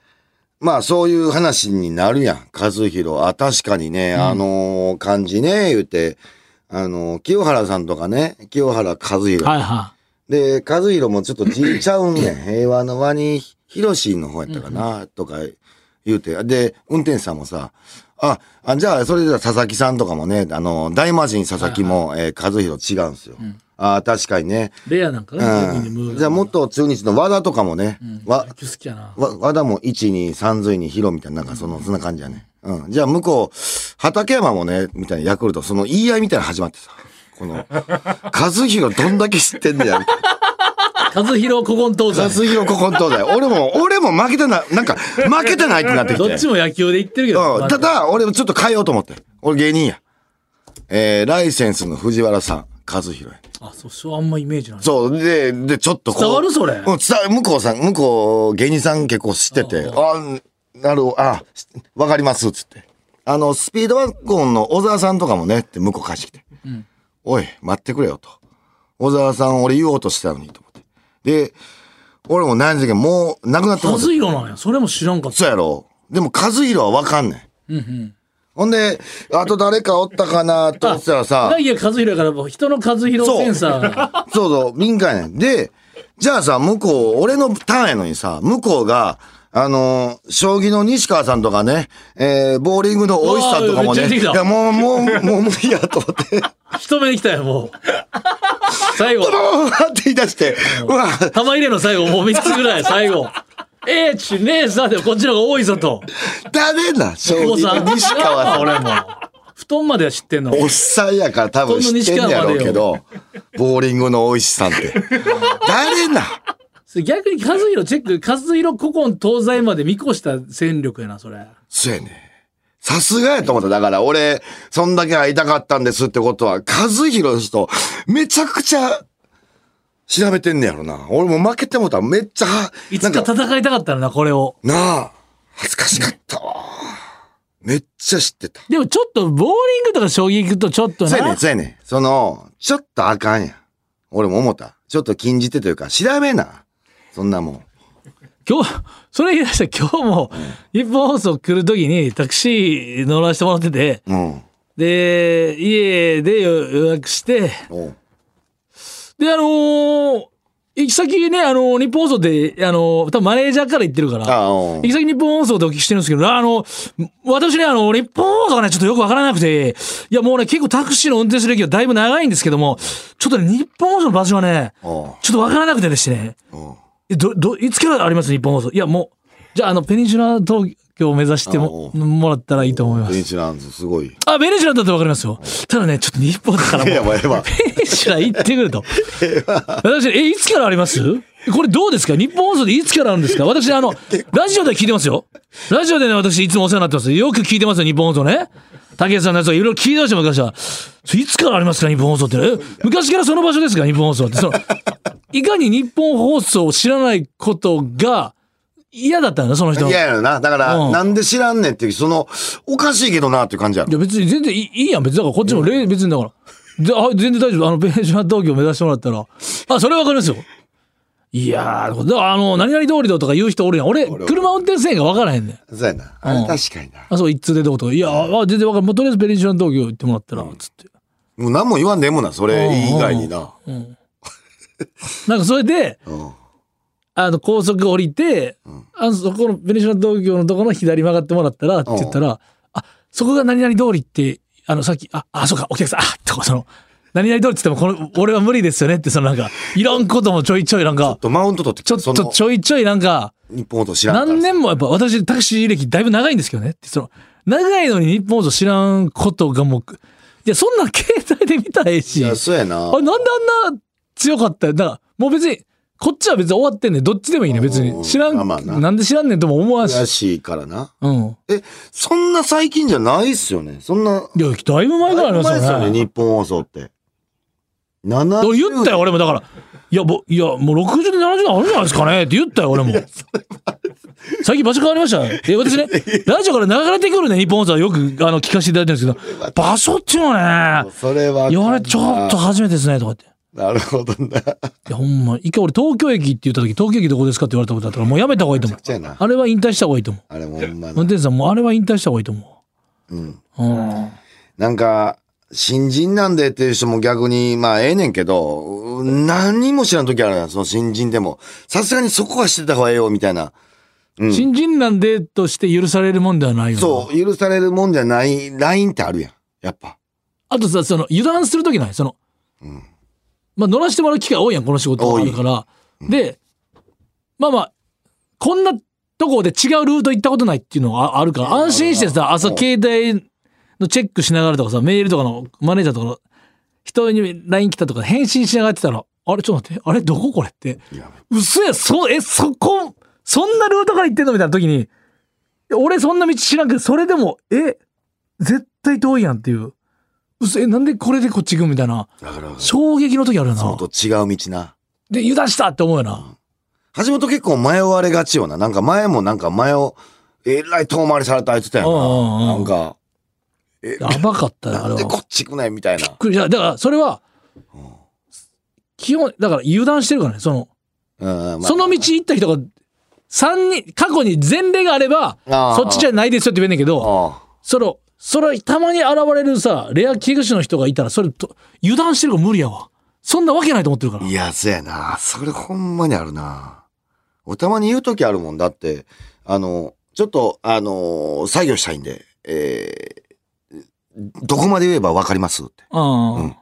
Speaker 4: まあそういう話になるやん。和弘。あ、確かにね、あのー漢字ね、言うて、あのー清原さんとかね、清原和弘。
Speaker 3: はいは
Speaker 4: で、和弘もちょっとじ いちゃうんねん。平和の輪に、ひろしの方やったかな、とか言うて。で、運転手さんもさ、あ、あじゃあ、それでは佐々木さんとかもね、あの、大魔神佐々木も、えー、和弘違うんすよ。あ確かにね。
Speaker 3: い。レアなんか
Speaker 4: う
Speaker 3: ね、指にムー
Speaker 4: ん。
Speaker 3: が
Speaker 4: じゃあ、元中日の和田とかもね、わ
Speaker 3: 野、球好きやな。
Speaker 4: わ、和田も1、2、3髄に広みたいな、なんかその、そんな感じやね。うん。じゃあ向こう、畠山もね、みたいなヤクルト、その言い合いみたいなの始まってさ。こ の、和弘どんだけ知ってんだよ、みたいな。
Speaker 3: 和弘古今 東
Speaker 4: 和
Speaker 3: 西。
Speaker 4: 弘古今東西。俺も、俺も負けてない、なんか、負けてないってなってきて。
Speaker 3: どっちも野球で言ってるけど。
Speaker 4: う
Speaker 3: ま
Speaker 4: ん、
Speaker 3: あ
Speaker 4: ただ、俺もちょっと変えようと思って。俺芸人や。えー、ライセンスの藤原さん、和弘や。
Speaker 3: あ、そう、そうあんまイメージない。
Speaker 4: そう、で、で、ちょっとこう。
Speaker 3: 伝わるそれ
Speaker 4: うん、伝わる向こうさん、向こう、芸人さん結構知ってて、あ、なるほど、あ、しわかります、つって。あの、スピードワゴンの小沢さんとかもね、って向こう返してきて。おい、待ってくれよ、と。小沢さん、俺言おうとしてたのに、と思って。で、俺も何時間、もう、亡くなって
Speaker 3: 和
Speaker 4: もうて
Speaker 3: 弘なんや。それも知らんかった。
Speaker 4: そうやろでも、和弘はわかんねん。ほんで、あと誰かおったかな、と思ってたらさ。
Speaker 3: いや、和弘やから、もう人の和弘センサーが。
Speaker 4: そうそう、敏感やねん。で、じゃあさ、向こう、俺のターンやのにさ、向こうが、あのー将棋の西川さんとかね、えー、ボーリングの大石さんとかも
Speaker 3: うわ
Speaker 4: ね、
Speaker 3: ーめっ
Speaker 4: い
Speaker 3: ちゃ出てきた
Speaker 4: や、もう、もう、もう無理やと思って、
Speaker 3: 一目で来たよ、もう。最後。
Speaker 4: わーって言い出して、うわ、
Speaker 3: 玉入れの最後、もう3つぐらい、最後。ええちねえさでこっちの方が多いぞと。
Speaker 4: 誰な、将
Speaker 3: お子さ
Speaker 4: 棋
Speaker 3: ん。
Speaker 4: の西川さん。
Speaker 3: 俺も。布団までは知ってんの。
Speaker 4: おっさんやから多分知ってんやろうけど、ボーリングの大石さん って。誰な
Speaker 3: それ逆に和弘チェック、和弘古今東西まで見越した戦力やな、それ。
Speaker 4: そうやねん。さすがやと思った。だから俺、そんだけ会いたかったんですってことは、和弘の人、めちゃくちゃ、調べてんねやろな。俺も負けてもうたらめっちゃ、
Speaker 3: いつか
Speaker 4: なんか、
Speaker 3: 戦いたかったのな、これを。
Speaker 4: なあ、恥ずかしかったわ。めっちゃ知ってた。
Speaker 3: でもちょっと、ボーリングとか将棋行くとちょっと
Speaker 4: そうやねん、
Speaker 3: な。
Speaker 4: そうやねん。その、ちょっとあかんやん。俺も思った。ちょっと禁じてというか、調べな。そんなもん。
Speaker 3: 今日、それ言い出したら今日も、日本放送来る時にタクシー乗らせてもらってて、
Speaker 4: うん。
Speaker 3: で、家で予約して、
Speaker 4: おう
Speaker 3: で、あのー、行き先ね、あのー日本放送で、あのー多分マネージャーから言ってるから、
Speaker 4: ああ、おう
Speaker 3: 行き先日本放送でお聞きしてるんですけど、あの、私ね、あの、日本放送がね、ちょっとよくわからなくて、いや、もうね、結構タクシーの運転する歴はだいぶ長いんですけども、ちょっとね、日本放送の場所はね、ち
Speaker 4: おう
Speaker 3: ょっとわからなくてですね、
Speaker 4: おう
Speaker 3: えど、ど、いつからあります日本放送。いや、もう、じゃあ、あの、ペニンシュラ東京を目指しても、もらったらいいと思いま
Speaker 4: ベン
Speaker 3: す。
Speaker 4: チランズ、すごい。
Speaker 3: あ、ペニンシュラだったらわかりますよ。ただね、ちょっと日本だから
Speaker 4: い
Speaker 3: もう
Speaker 4: や、もうええわ。
Speaker 3: ペニンシュラ行ってくると。私、え、いつからありますこれどうですか日本放送でいつからあるんですか私、あの、ラジオでは聞いてますよ。ラジオでね、私、いつもお世話になってます。よく聞いてますよ、日本放送ね。竹内さんのやつとかいろいろ聞いてましたよ、昔は。それいつからありますか日本放送って。え昔からその場所ですか日本放送って。その、いかに日本放送を知らないことが嫌だったんだ、その人は。
Speaker 4: 嫌やろな。だから、
Speaker 3: うん
Speaker 4: なんで知らんねんっていう、その、おかしいけどなっていう感じやろ
Speaker 3: い。や別に全然いいいいやん別にだからこっちもれ別にだからであ全然大丈夫あのペンション東京目指してもらったらあそれは分かりますよいやー、だあの、何々通りだとか言う人おるやん。俺、
Speaker 4: 俺
Speaker 3: 車運転せえへんが分からへんねん。
Speaker 4: そうやな。あれ
Speaker 3: うん
Speaker 4: 確かにな。
Speaker 3: あ、そう、一通でどうとか。いや、あ、全然分からん。もうとりあえずペニンシュラの東京行ってもらったら、つって。
Speaker 4: もう何も言わんでええもんな、それ以外にな。
Speaker 3: なんかそれで、
Speaker 4: うん。
Speaker 3: あの、高速降りて、あの、そこのペニンシュラ東京のとこの左曲がってもらったら、って言ったら、あ、そこが何々通りって、あの、さっき、あ、あ、そうか、お客さん、あ、とか、その、何々通りって言っても、この、俺は無理ですよねって、そのなんか、いらんこともちょいちょいなん
Speaker 4: ちょ
Speaker 3: か
Speaker 4: っ、とマウント取ってき
Speaker 3: ちょ
Speaker 4: た、
Speaker 3: っ
Speaker 4: そ
Speaker 3: と
Speaker 4: の
Speaker 3: ちょいちょいなんか、
Speaker 4: 日本と知らんから
Speaker 3: 何年もやっぱ私タクシー歴だいぶ長いんですけどねってその長いのに日本語知らんことがもういやそんなん携帯で見たらええし
Speaker 4: い
Speaker 3: あ
Speaker 4: や、
Speaker 3: れ
Speaker 4: そうやな。
Speaker 3: なんであんな強かったよだからもう別にこっちは別に終わってんねんどっちでもいいねん別
Speaker 4: うん
Speaker 3: に知らん、
Speaker 4: まあまあな
Speaker 3: なんで知らんねんとも思わん
Speaker 4: 悔
Speaker 3: し、
Speaker 4: しいからな。
Speaker 3: うん、
Speaker 4: え、そんな最近じゃないっすよね。そんな。
Speaker 3: いやだいぶ前からあります
Speaker 4: 前です
Speaker 3: よね
Speaker 4: 日本放送って。7
Speaker 3: だから言ったよ俺もだからいやぼいやもう60で70であるんじゃないですかねって言ったよ俺も最近場所変わりましたえ 私ねラジオから流れてくるね日本放送はよくあの聞かせていただいてるんです けど場所っていうのはね
Speaker 4: それは。
Speaker 3: 言われちょっと。初めてですねとかってい
Speaker 4: なるほどな。
Speaker 3: やほんま一回俺東京駅って言った時東京駅どこですかって言われたことあったからもうやめた方がいいと思う
Speaker 4: ちゃやな
Speaker 3: あれは引退した方がいいと思う
Speaker 4: あれもほんま
Speaker 3: 運
Speaker 4: な。
Speaker 3: 転手さんもうあれは引退した方がいいと思
Speaker 4: うん。
Speaker 3: ううん
Speaker 4: なんか、新人なんでっていう人も逆に、まあええねんけど、うん何も知らん時あるな、その新人でも。さすがにそこは知ってた方がええよ、みたいな。うん。
Speaker 3: 新人なんでとして許されるもんではないよな
Speaker 4: そう、許されるもんじゃない、ラインってあるやん。やっぱ。
Speaker 3: あとさ、その、油断するときないその、
Speaker 4: ん
Speaker 3: まあ、乗らしてもらう機会多いやん、この仕事
Speaker 4: 多い
Speaker 3: あるから。で、まあまあ、こんなとこで違うルート行ったことないっていうのがああるから、安心してさ、朝
Speaker 4: うん
Speaker 3: 携帯のチェックしながらとかさ、メールとかの、マネージャーとかの、人に LINE 来たとか返信しながらやってたら、あれちょっと待って、あれどここれって。
Speaker 4: や
Speaker 3: 嘘や、そ、え、そこ、そんなルートから行ってんのみたいな時に、いや俺そんな道知らんけど、それでも、え、絶対遠いやんっていう。嘘え、なんでこれでこっち行くみたいな。
Speaker 4: だから、そ
Speaker 3: 衝撃の時あるよな。
Speaker 4: うと違う道な。
Speaker 3: で、油断したって思うよな。
Speaker 4: 橋本結構迷われがちよな。なんか前もなんか前を、えらい遠回りされたあいつだ
Speaker 3: うん
Speaker 4: よ
Speaker 3: うん
Speaker 4: な。な
Speaker 3: うん
Speaker 4: んか、
Speaker 3: やばかったよ、あ
Speaker 4: な
Speaker 3: れ
Speaker 4: ん
Speaker 3: は。
Speaker 4: で
Speaker 3: び
Speaker 4: こ
Speaker 3: っ
Speaker 4: っち行くねんみたいな。
Speaker 3: くりした。だから、それは、基本、だから油断してるからね、その、
Speaker 4: うんうんまあ
Speaker 3: その道行った人が、三人、過去に前例があれば、
Speaker 4: あー
Speaker 3: そっちじゃないですよって言えんねんけど、
Speaker 4: あ
Speaker 3: その、それはたまに現れるさ、レア危惧種の人がいたら、それと、油断してるから無理やわ。そんなわけないと思ってるか
Speaker 4: あ
Speaker 3: ら。
Speaker 4: いや、そうやな。それほんまにあるな。おたまに言うときあるもんだって、あの、ちょっと、あの、作業したいんで、えーどこまで言えばわかりますって。
Speaker 3: うん。
Speaker 4: うん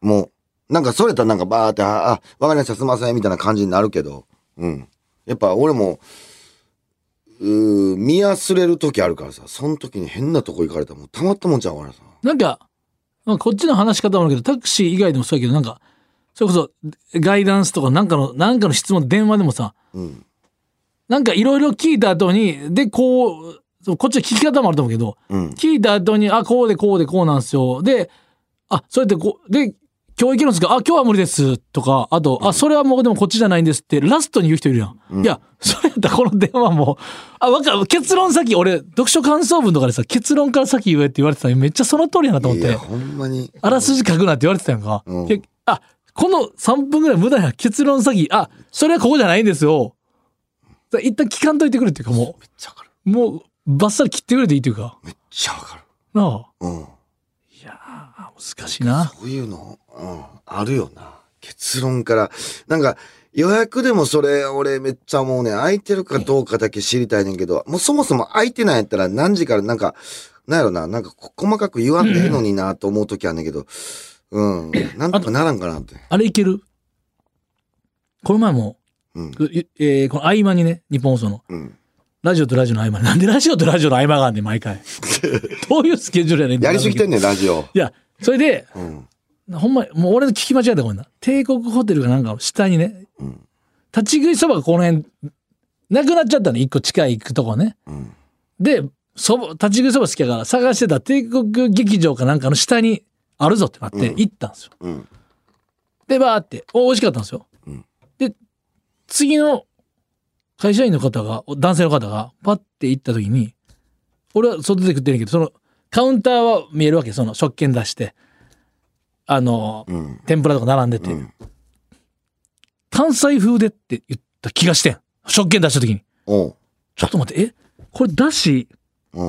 Speaker 4: もう、なんかそれたらなんかバーって、あ、あわかりました、すいません、みたいな感じになるけど、うん。やっぱ俺も、うー見忘れる時あるからさ、その時に変なとこ行かれたらもうたまったもんちゃうからさ。
Speaker 3: なんか、まあ、こっちの話し方もあるけど、タクシー以外でもそうやけど、なんか、それこそ、ガイダンスとか、なんかの、なんかの質問、電話でもさ、
Speaker 4: うん。
Speaker 3: なんかいろいろ聞いた後に、で、こう、そうこっちは聞き方もあると思うけど、
Speaker 4: うん。
Speaker 3: 聞いた後に、あ、こうでこうでこうなんですよ。で、あ、それってこう、で、今日行けるんですかあ、今日は無理です。とか、あと、あ、それはもうでもこっちじゃないんですって、ラストに言う人いるやん。いや、それやったらこの電話も、あ、わかる。結論先、俺、読書感想文とかでさ、結論から先言えって言われてたのめっちゃその通りやなと思っ
Speaker 4: い
Speaker 3: て
Speaker 4: や、。ほんまに。
Speaker 3: あらすじ書くなって言われてたやんか。
Speaker 4: うん
Speaker 3: いやあ、この3分ぐらい無駄や。結論先、あ、それはここじゃないんですよ。だから一旦聞かんといてくれっていうか、も
Speaker 4: めっちゃわかる。
Speaker 3: う、もう、バッサリ切ってくれていいっていうか。
Speaker 4: めっちゃわかる。
Speaker 3: なあ。
Speaker 4: うん。
Speaker 3: あ難しいな。
Speaker 4: こういうの、うん、あるよな。結論から。なんか、予約でもそれ、俺めっちゃ思うねん。空いてるかどうかだけ知りたいねんけど、もうそもそも空いてないんやったら何時からなんか、なんやろな、なんかこ細かく言わんでええのになと思う時あんねんけど、うん、なんとかならんかなって。
Speaker 3: あれいけるこの前も、
Speaker 4: うん、
Speaker 3: ええーこの合間にね、日本放送の。
Speaker 4: うん。
Speaker 3: ラジオとラジオの合間に。なんでラジオとラジオの合間があんねん、毎 回。どういうスケジュールやねん。
Speaker 4: やりすぎてん
Speaker 3: ね
Speaker 4: ねん、ラジオ。
Speaker 3: いや、それで、
Speaker 4: うん。
Speaker 3: ほんま、もう俺の聞き間違えたごめんな。帝国ホテルがなんか下にね、
Speaker 4: ん
Speaker 3: 立ち食いそばがこの辺、なくなっちゃったの、一個近い行くとこね。
Speaker 4: うん。
Speaker 3: で、そば、立ち食いそば好きやから探してた帝国劇場かなんかの下にあるぞってなって、
Speaker 4: うん
Speaker 3: 行ったんですよ。
Speaker 4: うん。
Speaker 3: で、バーって、お、美味しかったんですよ。
Speaker 4: うん
Speaker 3: で、次の会社員の方が、お男性の方が、パッて行った時に、俺は外で食ってるけど、その、カウンターは見えるわけ、その、食券出して、あの、
Speaker 4: うん。
Speaker 3: 天ぷらとか並んでて、
Speaker 4: うん
Speaker 3: 関西風でって言った気がしてん。食券出した時に。
Speaker 4: おう
Speaker 3: ちょっと待って、えこれだし、
Speaker 4: うん。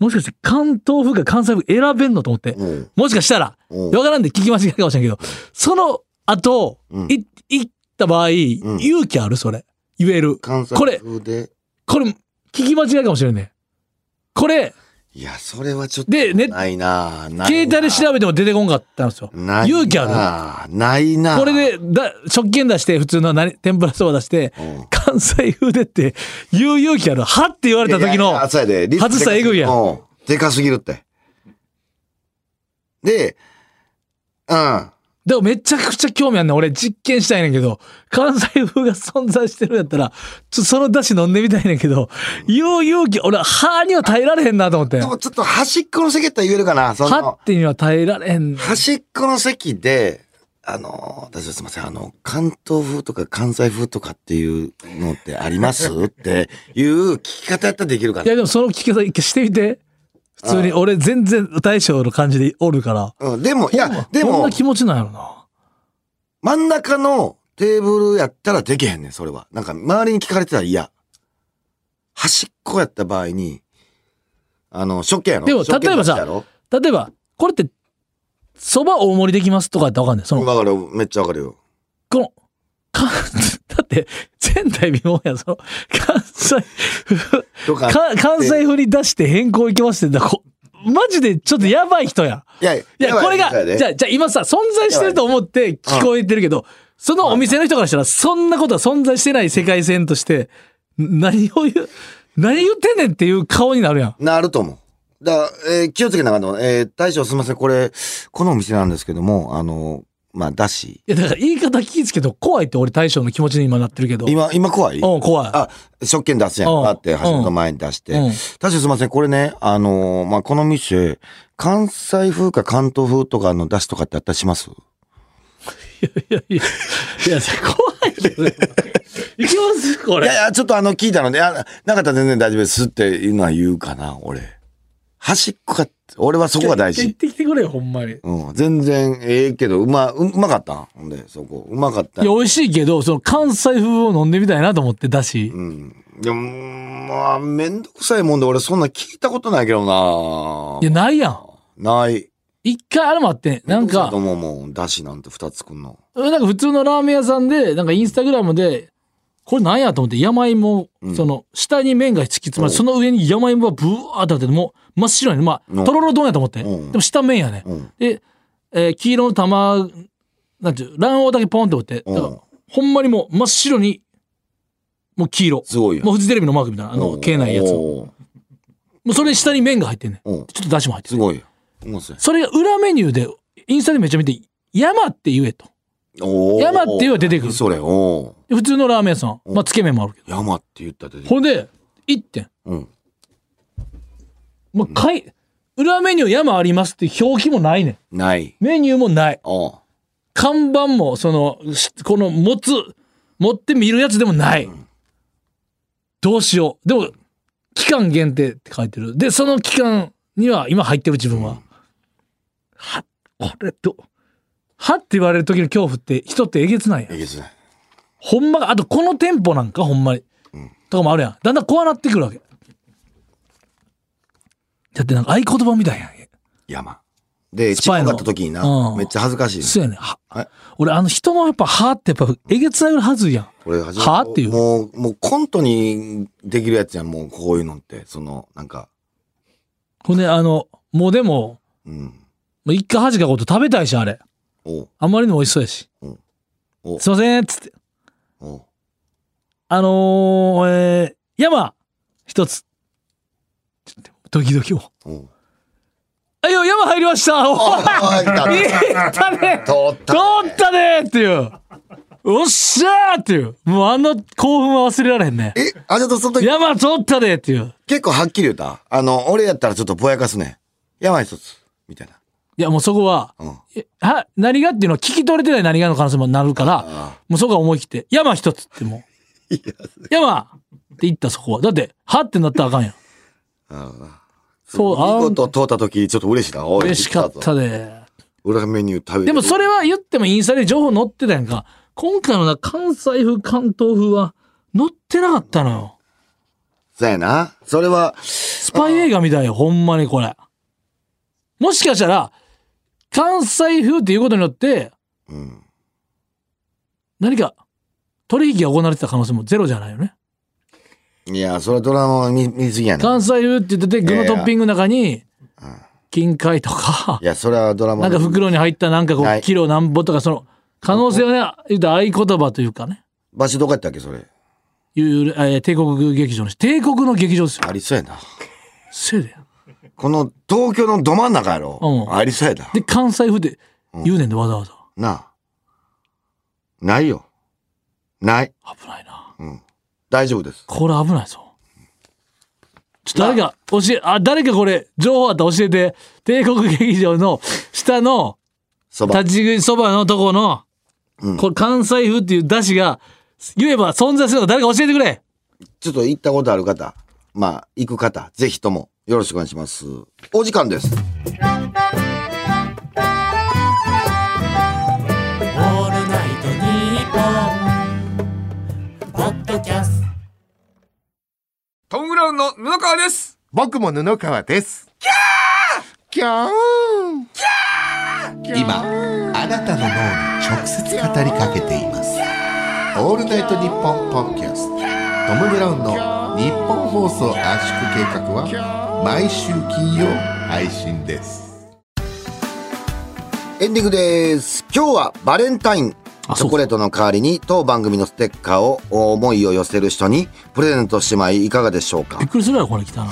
Speaker 3: もしかして関東風か関西風選べんのと思って。
Speaker 4: うん。
Speaker 3: もしかしたら、
Speaker 4: うん
Speaker 3: わからんで聞き間違いかもしれんけど、その後、
Speaker 4: うん
Speaker 3: い、行った場合、勇気あるそれ。言える。
Speaker 4: 関西
Speaker 3: これ
Speaker 4: 風で。
Speaker 3: これ、聞き間違いかもしれんね。これ、
Speaker 4: いや、それはちょっと。
Speaker 3: で、ね、
Speaker 4: ないなぁ。
Speaker 3: 携帯で調べても出てこんかったんですよ。
Speaker 4: ない
Speaker 3: 勇気ある
Speaker 4: あるないなぁ
Speaker 3: これ、で、だ、食券出して、普通の何、天ぷらそば出して、
Speaker 4: うん
Speaker 3: 関西風でって、言う勇気ある。はって言われた時
Speaker 4: いやい
Speaker 3: の
Speaker 4: や、そうやでリスク
Speaker 3: 外したらえぐいやん
Speaker 4: うん。でかすぎるって。で、うん。
Speaker 3: でもめちゃくちゃ興味あんねん。俺実験したいねんけど、関西風が存在してるんやったら、ちょっとその出汁飲んでみたいねんけど、言う勇気、俺、歯には耐えられへんなと思って。
Speaker 4: で
Speaker 3: 歯
Speaker 4: もちょっと端っこの席やったら言えるかなその
Speaker 3: ってには耐えられへん。
Speaker 4: 端っこの席で、あの、私はすいません、あの、関東風とか関西風とかっていうのってありますっていう聞き方やったらできるか
Speaker 3: いや
Speaker 4: な。
Speaker 3: でもその聞き方一回してみて。普通に、俺全然大将の感じでおるから。
Speaker 4: うん、でも、いや、で
Speaker 3: こん
Speaker 4: も
Speaker 3: な、気持ちなんやろな。
Speaker 4: 真ん中のテーブルやったらできへんねん、それは。なんか、周りに聞かれてたら嫌。端っこやった場合に、あの、初見やろ
Speaker 3: でも
Speaker 4: 初見
Speaker 3: 例えばさ
Speaker 4: 出したやろ
Speaker 3: 例えば、これって、蕎麦大盛りできますとかやってわかんない。その、
Speaker 4: わかるよ、めっちゃわかるよ。
Speaker 3: この、か、 だって、前代未聞や、その、関西風、
Speaker 4: とか、
Speaker 3: か関西風に出して変更いきますってんだこマジでちょっとやばい人や。
Speaker 4: いや、い
Speaker 3: いや、これが、じゃ
Speaker 4: あ、
Speaker 3: あ、じゃあ今さ、存在してると思って聞こえてるけど、そのお店の人からしたら、そんなことは存在してない世界線として、何を言う、何言ってんねんっていう顔になるやん。
Speaker 4: なると思う。だから、えー気をつけながらの、えー大将すみません、これ、このお店なんですけども、あの、まあ、だし、
Speaker 3: いや、だから言い方聞きつけど、怖いって俺大将の気持ちに今なってるけど。
Speaker 4: 今、今怖い
Speaker 3: うん、怖い。
Speaker 4: あ、食券出すやん。
Speaker 3: うん
Speaker 4: あって、橋本前に出して。
Speaker 3: うん
Speaker 4: 大将すいません、これね、あのーまあ、この店、関西風か関東風とかの出汁とかってあったりします
Speaker 3: いやいや、いや、怖いけどね。いきますこ
Speaker 4: い
Speaker 3: れ
Speaker 4: やい。や、ちょっとあの、聞いたので、あなかったら全然大丈夫ですっていうのは言うかな、俺。端っこが、俺はそこが大
Speaker 3: 行っ
Speaker 4: 事。
Speaker 3: てきてくれよ、ほんまに。い
Speaker 4: うん、全然ええけど、うま、ううまかったほんで、そこ。うまかった
Speaker 3: や、。美味しいけど、その関西風を飲んでみたいなと思って、だし。
Speaker 4: うん。でも、まあ、めんどくさいもんで、俺そんな聞いたことないけどない
Speaker 3: や、ないやん。
Speaker 4: ない。
Speaker 3: 一回あれもあって、なんか
Speaker 4: と、思うもん、だしなんて二つくんの。
Speaker 3: なんか普通のラーメン屋さんで、なんかインスタグラムで、これなんやと思って、山芋、その、下に麺が敷き詰まり、その上に山芋がブワーってあって、もう真っ白に、ま
Speaker 4: う
Speaker 3: あ、
Speaker 4: ん
Speaker 3: とろろ丼やと思って。で
Speaker 4: うん
Speaker 3: も下麺やね
Speaker 4: うん。
Speaker 3: で、えー黄色の玉、なんていう、卵黄だけポンって置いて、
Speaker 4: うん
Speaker 3: だからほんまにもう真っ白に、もう黄色。
Speaker 4: すごいよ
Speaker 3: もうフジテレビのマークみたいな、あの、系内やつ。も
Speaker 4: おー
Speaker 3: うそれに下に麺が入ってんねん。
Speaker 4: うん。
Speaker 3: ちょっと出汁も入って
Speaker 4: す
Speaker 3: る。
Speaker 4: ごいよ。面白い。
Speaker 3: それが裏メニューで、インスタでめっちゃ見て、山って言えと。
Speaker 4: おー
Speaker 3: 山って言えば出てくる
Speaker 4: それ、おー
Speaker 3: で普通のラーメン屋さん。まあ、つけ麺もあるけど。
Speaker 4: 山って言ったら出てくる。
Speaker 3: ほんで、1点。
Speaker 4: うん。
Speaker 3: まあ、かい、裏メニュー山ありますって表記もないねん。
Speaker 4: ない。
Speaker 3: メニューもない。
Speaker 4: おー
Speaker 3: 看板も、その、しこの、持つ、持って見るやつでもない。どうしよう。でも、期間限定って書いてる。で、その期間には、今入ってる自分は。は、これと、はって言われる時の恐怖って、人ってえげつないやん
Speaker 4: え。げつない。
Speaker 3: ほんまが、あとこの店舗なんかほんまに。とかもあるやん。だんだん怖なってくるわけ。だってなんか合言葉みたいやん。
Speaker 4: 山。で、
Speaker 3: ス
Speaker 4: ちっこ
Speaker 3: パイの
Speaker 4: かった時に
Speaker 3: う
Speaker 4: な、
Speaker 3: ん
Speaker 4: めっちゃ恥ずかしいね。
Speaker 3: そうやねん。は
Speaker 4: はい
Speaker 3: 俺あの人のやっぱ歯ってやっぱえげつないはずいやん。
Speaker 4: 俺初め
Speaker 3: はっていう
Speaker 4: もう、もうコントにできるやつやん、もうこういうのって。その、なんか、
Speaker 3: ほんであの、もうでも、
Speaker 4: うん。
Speaker 3: もう一回恥かこと食べたいし、あれ。
Speaker 4: おう
Speaker 3: あんまりにも美味しそうやし。
Speaker 4: うんお
Speaker 3: すいません、っつって。
Speaker 4: おう
Speaker 3: あのー、えー、山、一つ。ちょっとドキドキも。
Speaker 4: おう
Speaker 3: あ、いや、山入りましたお
Speaker 4: ああ、いた
Speaker 3: いったね
Speaker 4: 通った
Speaker 3: 通ったねーっていう。おっしゃーっていう。もうあの興奮は忘れられへんね。
Speaker 4: え、あ、ちょっとその時、
Speaker 3: 山通ったでーっていう。
Speaker 4: 結構はっきり言った。あの、俺やったらちょっとぼやかすね。山一つ。みたいな。
Speaker 3: いやもうそこは、
Speaker 4: うん。
Speaker 3: えは、何がっていうのは聞き取れてない何がの可能性もなるから、もうそこは思い切って、山一つってもう。山って言ったそこは。だって、はってなったらあかんやん。 そう、あ
Speaker 4: 見
Speaker 3: ん
Speaker 4: 事通った時、ちょっと嬉しいな。おい
Speaker 3: 嬉しかっ
Speaker 4: 行
Speaker 3: た
Speaker 4: ぞ
Speaker 3: でー。
Speaker 4: 裏メニュー食べて
Speaker 3: でもそれは言ってもインスタで情報載ってたやんか。今回のな、関西風、関東風は、乗ってなかったのよ。
Speaker 4: そうやな。それは、ス
Speaker 3: スパイ映画みたいよ、ほんまにこれ。もしかしたら、関西風っていうことによって、
Speaker 4: うん。
Speaker 3: 何か、取引が行われてた可能性もゼロじゃないよね。
Speaker 4: いや、それはドラマを見見すぎやね。
Speaker 3: 関西風って言ってて、具のトッピングの中に、金塊とか
Speaker 4: い、や、それはドラマ
Speaker 3: なん
Speaker 4: で
Speaker 3: か袋に入ったなんかこ
Speaker 4: は
Speaker 3: う、
Speaker 4: い
Speaker 3: キロなんぼとか、その、可能性はね、言うたら合言葉というかね、
Speaker 4: 場所どこやったっけ、それ。
Speaker 3: いう、えー帝国劇場に帝国の劇場ですよ。
Speaker 4: ありそうやな。
Speaker 3: せいで。
Speaker 4: この東京のど真ん中やろ。
Speaker 3: うん
Speaker 4: ありそうやな。
Speaker 3: で、関西風って言うねんで、わざわざ。
Speaker 4: なあ。ないよ。ない。
Speaker 3: 危ないな。
Speaker 4: 大丈夫です。
Speaker 3: これ危ないぞ。ちょっと誰か、教え、あ、誰かこれ、情報あったら教えて、帝国劇場の下の、
Speaker 4: そば。
Speaker 3: 立ち食いそばのとこの、これ関西風っていう出汁が言えば存在するのか誰か教えてくれ
Speaker 4: ちょっと行ったことある方、まあ、行く方、ぜひともよろしくお願いします。お時間です。
Speaker 5: トム・ブラウンの布川です
Speaker 6: 僕も布川です。キャー
Speaker 7: 今あなたの脳に直接語りかけています「オールナイトニッポン」ポッドキャストトム・ブラウンの日本放送圧縮計画は毎週金曜配信です
Speaker 4: エンディングです。今日はバレンタイン。
Speaker 3: あ
Speaker 4: チ
Speaker 3: そう
Speaker 4: ョコレートの代わりに当番組のステッカーを思いを寄せる人にプレゼントしてまいいかがでしょうか
Speaker 3: びっくりするやろこれ来たな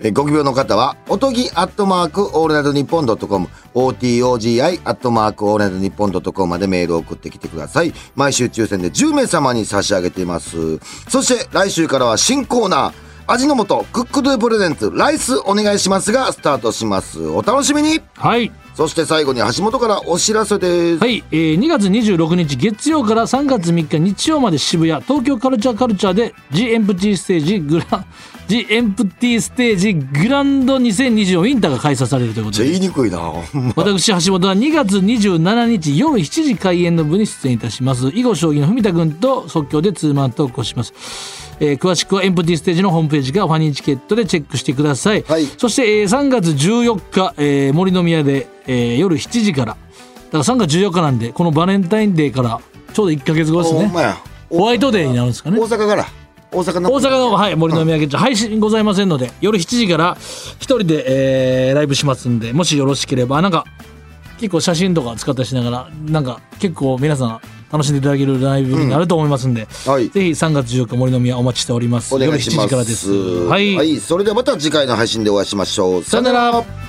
Speaker 4: えーご希望の方は、おとぎアットマークオールナイトニッポンドットコム、OTOGI アットマークオールナイトニッポンドットコムまでメールを送ってきてください。毎週抽選で10名様に差し上げています。そして来週からは新コーナー、味の素クックドゥプレゼンツライスお願いしますがスタートします。お楽しみに
Speaker 3: はい
Speaker 4: そして最後に橋本からお知らせです。
Speaker 3: はい、えー2月26日月曜から3月3日日曜まで渋谷東京カルチャーカルチャーで G エンプティステージグラン G エンプティステージグランド2024ウィンターが開催されるということ
Speaker 4: じゃあ
Speaker 3: で
Speaker 4: 言いにくいな。ほんま
Speaker 3: 私橋本は2月27日夜7時開演の部に出演いたします囲碁将棋の文田君と即興でツーマントークをします、えー詳しくはエンプティステージのホームページかファニーチケットでチェックしてください、
Speaker 4: はい
Speaker 3: そして、えー3月14日、えー森の宮で、えー夜7時からだから3月14日なんでこのバレンタインデーからちょうど1か月後です
Speaker 4: ほん
Speaker 3: ね
Speaker 4: まや。
Speaker 3: ホ
Speaker 4: お
Speaker 3: ワイトデーになるんですかね
Speaker 4: 大阪から。大阪の。
Speaker 3: 大阪の、はい、森の宮劇場配信ございませんので夜7時から一人で、えーライブしますんでもしよろしければなんか結構写真とか使ったりしながらなんか結構皆さん楽しんでいただけるライブになると思いますんで、
Speaker 4: はい
Speaker 3: ぜひ3月14日森の宮お待ちしております
Speaker 4: お願いします。
Speaker 3: 夜7時からですはい、
Speaker 4: はい、それではまた次回の配信でお会いしましょう。
Speaker 3: さよなら